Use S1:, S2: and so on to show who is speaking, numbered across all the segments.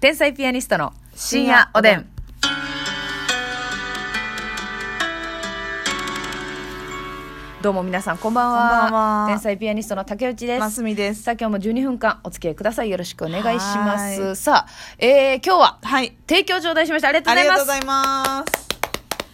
S1: 天才ピアニストの深夜おでん。どうも皆さんこんばんは。
S2: こんばんは
S1: 天才ピアニストの竹内です。
S2: ますみです
S1: さあ今日も12分間お付き合いください。よろしくお願いしま
S2: はー
S1: す。
S2: い
S1: さあ、えー、今日は
S2: はい
S1: 提供頂戴しました。ありがとう
S2: あ
S1: ござ
S2: り
S1: い
S2: が
S1: ま
S2: とう
S1: す
S2: ご。ざいます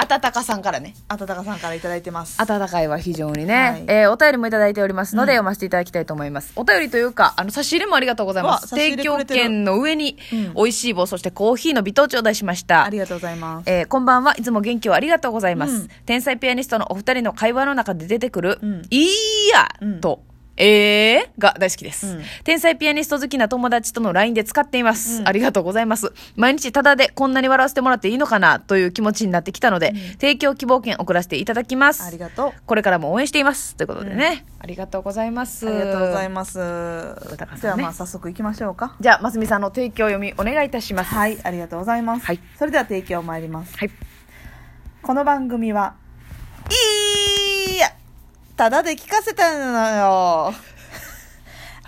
S1: あたたかさんからね。
S2: あたたかさんからいただいてます
S1: 温かいは非常にね、
S2: はい
S1: えーお便りもいただいておりますので、読ませていただきたいと思います。お便りというか、あの、差し入れもありがとうございま
S2: う
S1: す。
S2: わ差し入
S1: 提
S2: れく
S1: 供
S2: れてる
S1: 券の上に
S2: うん、
S1: 美味しい棒、そしてコーヒーの微糖を頂戴しました。
S2: ありがとうございます
S1: えーこんばんはいつも元気をありがとうございます、
S2: うん
S1: 天才ピアニストのお二人の会話の中で出てくる「
S2: うん
S1: いいや!」
S2: うん
S1: と「えー」が大好きです、
S2: うん
S1: 天才ピアニスト好きな友達との LINE で使っています、
S2: うん
S1: ありがとうございます毎日タダでこんなに笑わせてもらっていいのかなという気持ちになってきたので、提供希望券送らせていただきます
S2: ありがとう
S1: これからも応援していますということでね、ありがとうございます
S2: ありがとうござい
S1: ま
S2: ます
S1: たかさんね
S2: ではまあ早速行きましょうか
S1: すじゃあますみさんの提供読みお願いいたします
S2: はいありがとうございます、
S1: はい
S2: それでは提供参ります
S1: はい
S2: この番組はいいやただで聞かせたのよ
S1: は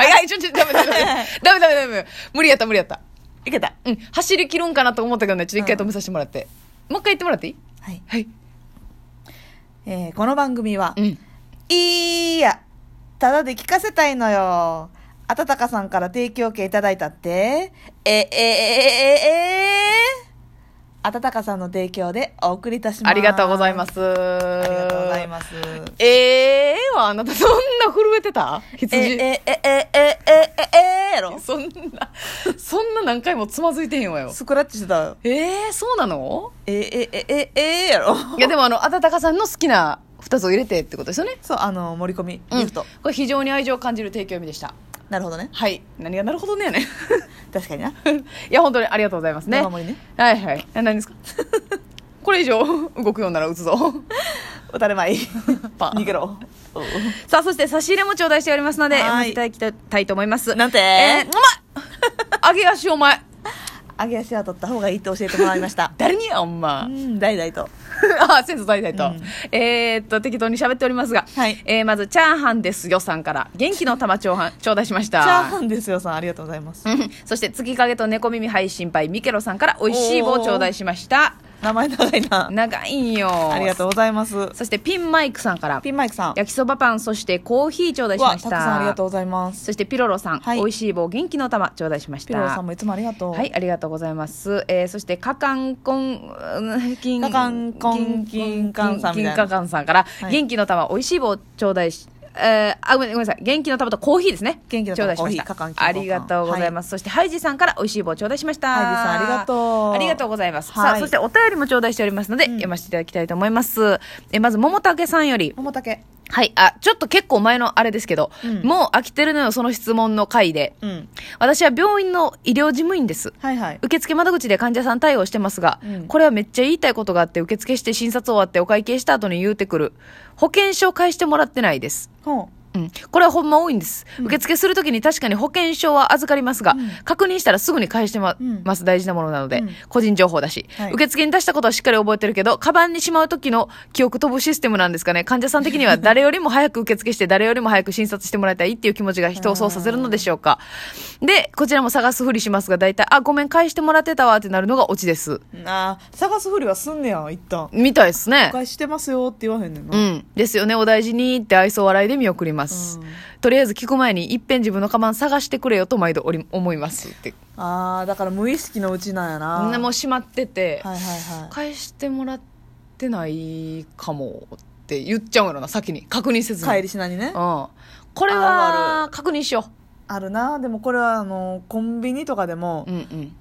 S1: い、はい、ちょ、ちょ、ダメダメダ メ。ダメダメダメ。無理やった、無理やった。
S2: いけた
S1: うん、走り切るんかなと思ったけどね、ちょっと一回止めさせてもらって。もう一回言ってもらっていい
S2: はい、
S1: はい。
S2: えーこの番組は、
S1: うん。
S2: いいや、ただで聞かせたいのよ。あたたかさんから提供券いただいたって。え、え、え、え、え、え、あたたかさんの提供でお送りいたします。。
S1: ありがとうございますす。
S2: あ
S1: あ。
S2: りがとうございますす。
S1: えーはあなたそんな震えてた
S2: え、え、
S1: 羊。
S2: え、え、え、え、え、え、え、やろ
S1: そんな、そんな何回もつまずいてへんわよ。
S2: スクラッチしてたよ。
S1: えー、そうなの
S2: え、え、え、え、え、え、やろ
S1: いやでもあの、あたたかさんの好きな2つを入れてってことですよね。
S2: そう、あの、盛り込み、ギフト。
S1: これ非常に愛情を感じる提供読みでした。
S2: なるほどね。
S1: はい。何がなるほど ねやねん。
S2: 確かにな。
S1: いや本当にありがとうございますね。
S2: お守りね
S1: はいはい。え何ですか。 これ以上動くようなら打つぞ。
S2: 打た れまい。
S1: パン
S2: 逃げろ。
S1: さあそして差し入れも頂戴しておりますので
S2: はい
S1: 読ませていただきたいたいと思います。
S2: なんて
S1: えーうまい。揚げ足お前。
S2: 揚げ足は取った方がいいって教えてもらい ました。
S1: 誰にやおま
S2: うん、代々と。
S1: あ、先祖代々と。
S2: うん
S1: えーっと、適当に喋っておりますが、
S2: はい
S1: えーまず、チャーハンですよさんから、元気の玉チョーハン頂戴しました。
S2: チャーハンですよさん、ありがとうございます。
S1: うんそして、月影と猫耳配信パイ、ミケロさんから、美味しい棒頂戴しました。
S2: 名前長いな。
S1: 長いんよ。
S2: ありがとうございます。
S1: そして、ピンマイクさんから、
S2: ピンマイクさん。
S1: 焼きそばパンそしてコーヒー頂戴し
S2: わ、
S1: ま
S2: たく
S1: した
S2: さんありがとうございます。
S1: そしてピロロさん、
S2: はい
S1: 美味しい棒元気の玉頂戴しました
S2: ピロロさんもいつもありがとう。
S1: はいありがとうございます、えー、そしてカカンコンうんキン
S2: カカンコンキンカンさんみたいな
S1: キンカカンさんから、
S2: はい
S1: 元気の玉美味しい棒頂戴しえー、あごめんごめんなさい元気の玉とコーヒーですね
S2: 元気の玉
S1: 頂戴しました
S2: コーヒーカカンキンカン
S1: ありがとうございます、そしてハイジさんから美味しい棒頂戴しました
S2: ハイジさんありがとう
S1: ありがとうございます、
S2: はい
S1: さあそしてお便りも頂戴しておりますので、読ませていただきたいと思いますえーまず桃竹さんより
S2: 桃竹。
S1: はい、あ、ちょっと結構前のあれですけど、
S2: うん
S1: もう飽きてるのよ、その質問の回で。
S2: うん。
S1: 私は病院の医療事務員です。
S2: はいはい。
S1: 受付窓口で患者さん対応してますが、
S2: うん
S1: これはめっちゃ言いたいことがあって、受付して診察終わってお会計した後に言うてくる。保険証返してもらってないです。
S2: ほ
S1: うん、これはほんま多いんです、受付するときに確かに保険証は預かりますが、
S2: うん
S1: 確認したらすぐに返してま,、
S2: うん
S1: す大事なものなので、
S2: うん
S1: 個人情報だし、
S2: はい
S1: 受付に出したことはしっかり覚えてるけどカバンにしまう時の記憶飛ぶシステムなんですかね患者さん的には誰よりも早く受付して誰よりも早く診察してもらいたいっていう気持ちが人をそうさせるのでしょうかでこちらも探すふりしますが大体あごめん返してもらってたわってなるのがオチです
S2: う。あー探すふりはすんねや、一旦。
S1: みたいですね
S2: 誤解してますよって言わへんねん
S1: う
S2: な。
S1: ん、ですよねお大事にって愛想笑いで見送ります、
S2: うん
S1: とりあえず聞く前にいっぺん自分のカバン探してくれよと毎度おり思いますって
S2: あー、だから無意識のうちなんやな。
S1: みんなもう閉まってて、
S2: はいはいはい。
S1: 返してもらってないかもって言っちゃうやろな先に確認せずに
S2: 帰りしなに
S1: う。
S2: ね
S1: ん、これ
S2: ある
S1: は確認しよ
S2: あるな。でもこれは、あの、コンビニとかでも
S1: う、う、んうん、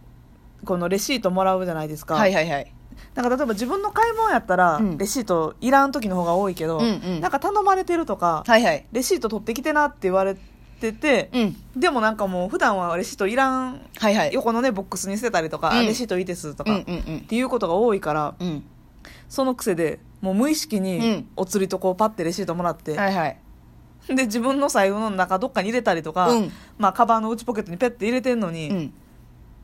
S2: このレシートもらうじゃないですか。
S1: はいはいはい
S2: なんか例えば自分の買い物やったら、
S1: うん
S2: レシートいらん時の方が多いけど、
S1: うんうん
S2: なんか頼まれてるとか、
S1: はいはい
S2: レシート取ってきてなって言われてて、
S1: うん
S2: でもなんかもう普段はレシートいらん
S1: はいはい
S2: 横のねボックスに捨てたりとか、
S1: うん
S2: レシートいいですと
S1: うんう
S2: か、
S1: ん
S2: っ
S1: うん
S2: ていうことが多いから
S1: うん
S2: その癖でもう無意識
S1: う
S2: に
S1: ん
S2: お釣りとこうパッてレシートもらって、
S1: はいはい
S2: で自分の財布の中どっかに入れたりとか、
S1: うん
S2: まあカバンの内ポケットにペッて入れてんのに、
S1: うん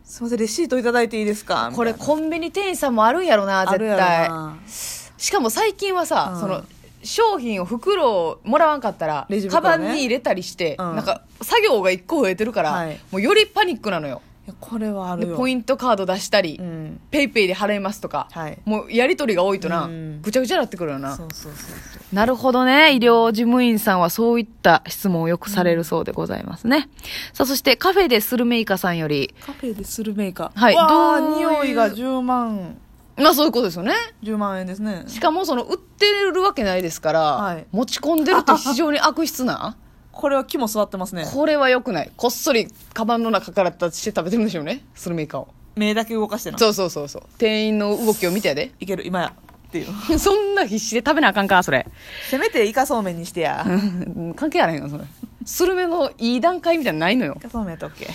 S2: すいませんレシートいただいていいですかみた
S1: こ
S2: い
S1: れ
S2: な
S1: コンビニ店員さんもあるんやろな絶
S2: ある
S1: 対
S2: やろな
S1: しかも最近はさ、
S2: うん
S1: その商品を袋をもらわんかったら、
S2: レジ
S1: カ
S2: 袋ね
S1: バンに入れたりして、
S2: うん
S1: なんか作業が一個増えてるから、
S2: はい
S1: もうよりパニックなのよ
S2: いやこれはある
S1: で
S2: よ
S1: ポイントカード出したり、
S2: うん
S1: ペイペイで払いますとか、
S2: はい
S1: もうやり取りが多いとな、
S2: うん
S1: ぐちゃぐちゃになってくるよな
S2: そうそうそうそう
S1: なるほどね。医療事務員さんはそういった質問をよくされるそうでございますね。さあ、そしてカフェでスルメイカさんより、
S2: カフェでスルメイカ
S1: はいう
S2: わー
S1: どういう
S2: 匂いが10万
S1: まあそういうことですよね。
S2: 10万円ですね
S1: しかもその売ってるわけないですから、
S2: はい
S1: 持ち込んでるって非常に悪質な。
S2: これは木も座ってますね
S1: これは良くない。こっそりカバンの中から立して食べてるんでしょうね。スルメイカを。
S2: 目だけ動かしてな
S1: そうそうそうそう。店員の動きを見てやで。
S2: いける今やって いう
S1: そんな必死で食べなあかんか、それ。
S2: せめてイカそうめんにしてや
S1: 関係あらへんよ、それ。スルメのいい段階みたいなのないのよ
S2: イ。カそうめんやったっけ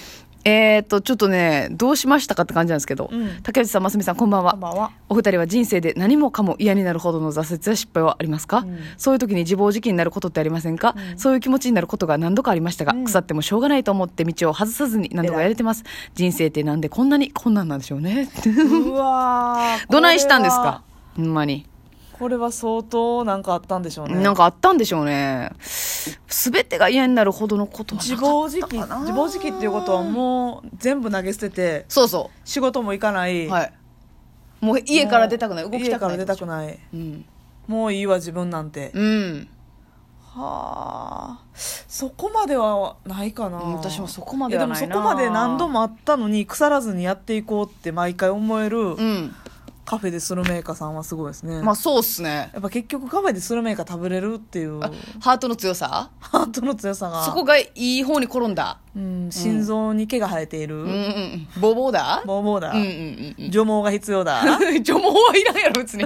S1: えー、っと、ちょっとね、どうしましたかって感じなんですけど、
S2: うん
S1: 竹内さん、ますみさん、こんばん
S2: こ
S1: は
S2: ん。ばんは
S1: お二人は人生で何もかも嫌になるほどの挫折や失敗はありますか、
S2: ん
S1: そういう時に自暴自棄になることってありませんか、そういう気持ちになることが何度かありましたが、
S2: うん
S1: 腐ってもしょうがないと思って道を外さずに何度かやれてます。人生ってなんでこんなに困難なんでしょうね。
S2: うわー
S1: どないしたんですかほんまに。
S2: これはこれは相当なんかあったんでしょうね
S1: なんかあったんでしょうね。すべてが嫌になるほどのことはなか
S2: 自
S1: ったかな
S2: 暴自棄自暴自棄っていうことはもう全部投げ捨てて
S1: そうそ
S2: 仕事も行かな
S1: う。
S2: い、
S1: はい。もう家から出たくない。動
S2: もう
S1: きたくない。
S2: 家から出たくない
S1: うん。
S2: もういいわ自分なんて、
S1: うん。
S2: はあそこまではないかな
S1: うん私もそこまではないな
S2: やでもそこまで何度もあったのに腐らずにやっていこうって毎回思える
S1: うん。
S2: カフェでスルメイカさんはすごいですね、
S1: まあそうっすね。
S2: やっぱ結局カフェでスルメイカ食べれるっていう
S1: あハートの強さ
S2: ハートの強さが
S1: そこがいい方に転んだ。
S2: うん、心臓に毛が生えている、
S1: うんうんうん。ボーボーだ
S2: ボーボーだ、
S1: うんうんうん
S2: 除毛が必要だ
S1: うん。除毛はいらんやろ、別に。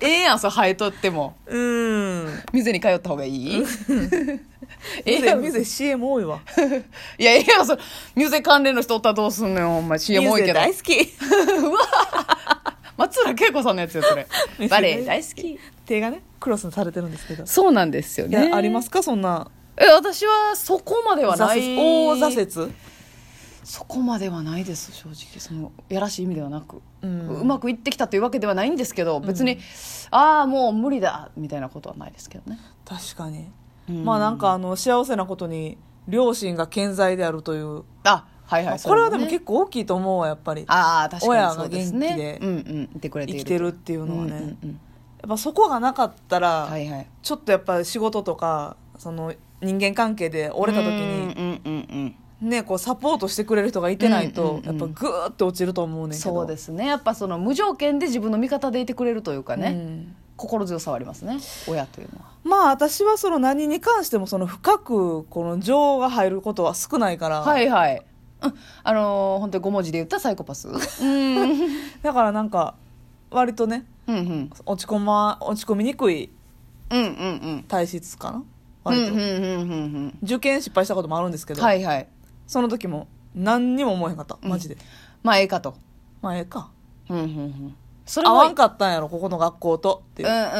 S1: ええやん、そう生えとっても。
S2: うん
S1: 店に通った方がいい ええ
S2: 店
S1: やん、
S2: 店 CM 多いわ
S1: いや、ええやん、それ、ミュゼ関連の人おったらどうすんのよ、ほんま。CM 多いけど。
S2: 大好き。
S1: 松浦恵子さんのやつよ、それバレエ大好き。
S2: 手がねクロスにされてるんですけど、
S1: そうなんですよ
S2: い
S1: ね。
S2: やありますかそんな
S1: え、私はそこまではない。
S2: 挫折大挫折
S1: そこまではないです、正直。その、やらしい意味ではなく。
S2: う
S1: うんまくいってきたというわけではないんですけど、別に、ああ、もう無理だ、みたいなことはないですけどね。
S2: 確かに、
S1: うん
S2: まあなんかあの幸せなことに両親が健在であるという、
S1: あ、はい
S2: ま
S1: は
S2: あ
S1: い。
S2: これはで
S1: そ
S2: も
S1: ね
S2: 結構大きいと思うわやっぱりやっ
S1: ああ、確かにそうですね。
S2: 親が元気
S1: う
S2: で
S1: んうん。いてくれている。
S2: 生きてるっていうのはね
S1: んうんうん
S2: ぱそこがなかったら、
S1: はいはい。
S2: ちょっとやっぱ仕事とかその人間関係で折れた時
S1: うん
S2: に、
S1: うんうん
S2: ね、こうサポートしてくれる人がいてないと、
S1: うんうんうん
S2: やっぱグーって落ちると思う
S1: うん。
S2: ねんけど
S1: そうですね。やっぱその、無条件で自分の味方でいてくれるというかね。
S2: うん
S1: 心強さはありますね親というのは
S2: まあ私はその何に関してもその深くこの情が入ることは少ないから、
S1: はいはい、うん、あのー本当に5文字で言ったらサイコパスうんうん
S2: だからなんか割とね
S1: うん
S2: 落ち込,、ま、落ち込みにくい
S1: うんうんうん
S2: 体質かな
S1: うん
S2: 割
S1: う
S2: と、
S1: んうんうん
S2: 受験失敗したこともあるんですけ
S1: うん
S2: ど、
S1: はいはい
S2: その時も何にも思えへんかったマジで、
S1: まあええかと
S2: まあええか
S1: うんうんうんそれ
S2: 合
S1: は
S2: わんかったんやろここの学校とって
S1: う
S2: い
S1: ん
S2: う、
S1: うんうん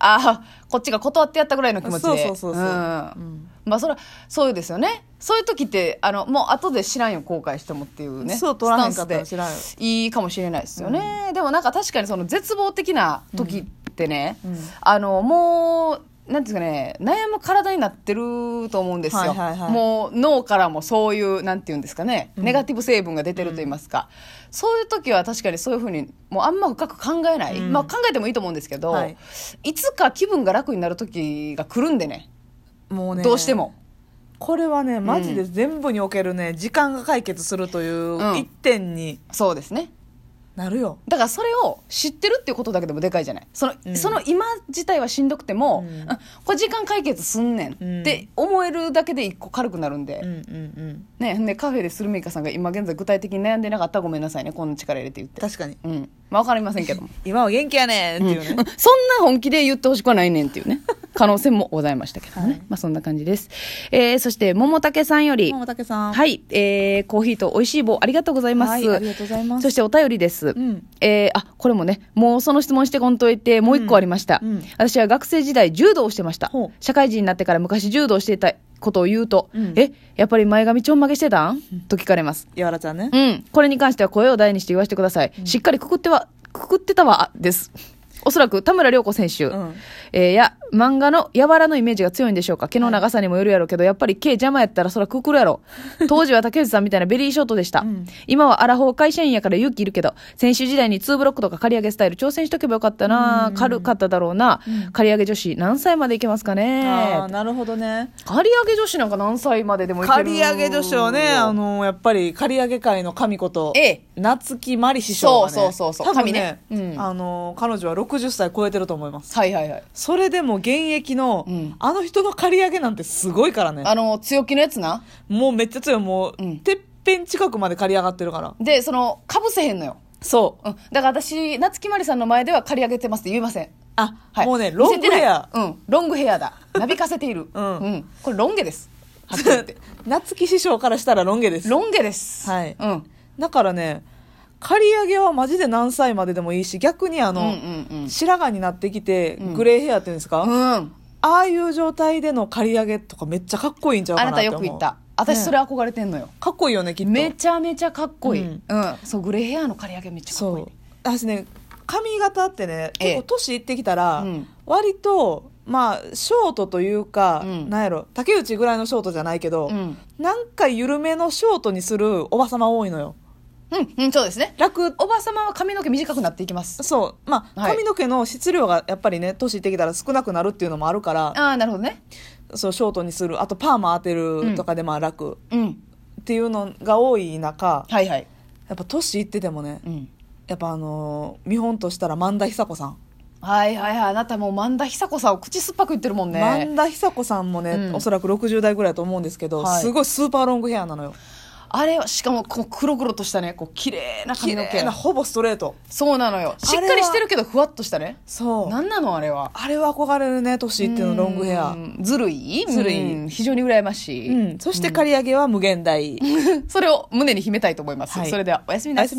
S1: ああーこっちが断ってやったぐらいの気持ちで
S2: そうそうそうそう、
S1: ん
S2: うん
S1: まあそれはそうですよねそういう時ってあのもう後で知らんよ後悔してもっていうね
S2: そう取らへん
S1: スタ
S2: か
S1: ン
S2: っ
S1: ス
S2: た
S1: で
S2: ら知らんよ、
S1: いいかもしれないですよね、でもなんか確かにその絶望的な時ってね、
S2: うんうん
S1: あのもうなんていうかね悩む体になってると思うんですよ、
S2: はいはいはい
S1: もう脳からもそういうなんていうんですかね、
S2: うん
S1: ネガティブ成分が出てると言いますか、そういう時は確かにそういうふうにもうあんま深く考えない、
S2: うん
S1: まあ考えてもいいと思うんですけど、
S2: はいい、
S1: つか気分が楽になる時が来るんでね
S2: もうね
S1: どうしても
S2: これはねマジで全部におけるね、時間が解決するという一点に
S1: そうですね
S2: なるよ、
S1: だからそれを知ってるっていうことだけでもでかいじゃないその,、
S2: うん
S1: その今自体はしんどくても、
S2: うん
S1: あこれ時間解決すんねん
S2: うん
S1: って思えるだけで一個軽くなるんで、
S2: うんうんうん
S1: ねねカフェでスルメイカさんが今現在具体的に悩んでなかったらごめんなさいねこんな力入れて言って、
S2: 確かに
S1: うん、まあ分かりませんけども、
S2: 今は元気やねんって
S1: うん
S2: い
S1: うん
S2: う
S1: そんな、
S2: ね
S1: 本気で言ってほしくはないねんっていうね可能性もございましたけどね、
S2: はい
S1: まあそんな感じです、えーそして桃竹さんより
S2: 桃竹さん
S1: はい、えーコーヒーと美味しい棒ありがとうございます、
S2: はいありがとうございます
S1: そしてお便りです、
S2: うん
S1: えーあこれもねもうその質問してこんといてもう一個ありました、
S2: うんうん
S1: 私は学生時代柔道をしてました
S2: ほう
S1: 社会人になってから昔柔道していたことを言うと「
S2: うん
S1: えやっぱり前髪ちょんまげしてたん?」と聞かれます
S2: やわらちゃんね
S1: うんこれに関しては声を大にして言わせてください、しっかりくくってはくくってたわですおそらく田村涼子選手、
S2: うん
S1: えーや漫画の柔らのイメージが強いんでしょうか毛の長さにもよるやろうけど、やっぱり毛邪魔やったらそらくくるや ろ。当時は竹内さんみたいなベリーショートでした。
S2: うん
S1: 今はアラフォー会社員やから勇気いるけど、選手時代に2ブロックとか刈り上げスタイル挑戦しとけばよかったな、軽かっただろうな、刈り上げ女子何歳までいけますか
S2: ああ
S1: ね
S2: なるほどね
S1: 刈り上げ女子なんか何歳まででもいける
S2: 刈り上げ女子はね、あのやっぱり刈り上げ界の神こと、
S1: ええ
S2: 夏木マリ師匠が、ね、
S1: そうそうそうそう
S2: 多分ね、
S1: 神ねうん
S2: あの彼女は60歳超えてると思います。
S1: はいはいはい。
S2: それでも現役の、
S1: うん
S2: あの人の刈り上げなんてすごいからね。
S1: あの、強気のやつな。
S2: もうめっちゃ強い、もう、
S1: うん
S2: てっぺん近くまで刈り上がってるから。
S1: で、その、かぶせへんのよ。
S2: そう。
S1: うん。だから私、夏木まりさんの前では刈り上げてますって言いません。
S2: あ、
S1: はい、
S2: もうね、ロングヘア。
S1: 見せてないうんロングヘアだなびかせている
S2: うん
S1: これロン毛ですはっきり 言って
S2: 夏木師匠からしたらロン毛です。
S1: ロン毛です
S2: はい
S1: うん
S2: だからね、刈り上げはマジで何歳まででもいいし、逆にあ
S1: うん
S2: の、
S1: うん
S2: 白髪になってきて、
S1: うん
S2: グレーヘアっていうんですか、
S1: うんうん
S2: ああいう状態での刈り上げとかめっちゃかっこいいんちゃうか
S1: あ
S2: な
S1: な
S2: って
S1: た
S2: 思う
S1: よく言った私それ憧れてんのよ
S2: かっこいいよねきっと
S1: めちゃめちゃかっこいい
S2: うん
S1: うんそうグレーヘアの刈り上げめっちゃかっ
S2: そ
S1: こいうい
S2: 私ね髪型ってね
S1: ええ
S2: 結構年いってきたら、
S1: うん
S2: 割とまあショートというか、
S1: うん
S2: なんやろ竹内ぐらいのショートじゃないけど、
S1: うん
S2: なんか緩めのショートにするおばさま多いのよ
S1: うんうんそうですね
S2: 楽
S1: おばさまは髪の毛短くなっていきます
S2: そうまあ、
S1: はい
S2: 髪の毛の質量がやっぱりね年いってきたら少なくなるっていうのもあるから
S1: ああなるほどね
S2: そうショートにするあとパーマ当てるとかでまあ楽、
S1: うん
S2: っていうのが多い中
S1: はいはい
S2: やっぱ年いっててもね
S1: うん
S2: やっぱあのー見本としたら萬田久子さん、
S1: はいはいはいあなたもう萬田久子さんを口酸っぱく言ってるもんね
S2: 萬田久子さんもね、
S1: うん
S2: おそらく60代ぐらいだと思うんですけど、
S1: はい
S2: すごいスーパーロングヘアなのよ
S1: あれはしかもこう黒々としたねこう綺麗な
S2: 綺
S1: 髪の毛
S2: 麗なほぼストレート
S1: そうなのよしっかりしてるけどふわっとしたね
S2: そう
S1: なんなのあれは
S2: あれは憧れるね年いってのロングヘア
S1: うんずるい
S2: ずるい
S1: うん非常に羨まし
S2: う
S1: い、
S2: ん、そして刈り上げは無限大、
S1: それを胸に秘めたいと思います、
S2: はい
S1: それではおやすみ
S2: お
S1: な
S2: や
S1: さ
S2: す
S1: い
S2: み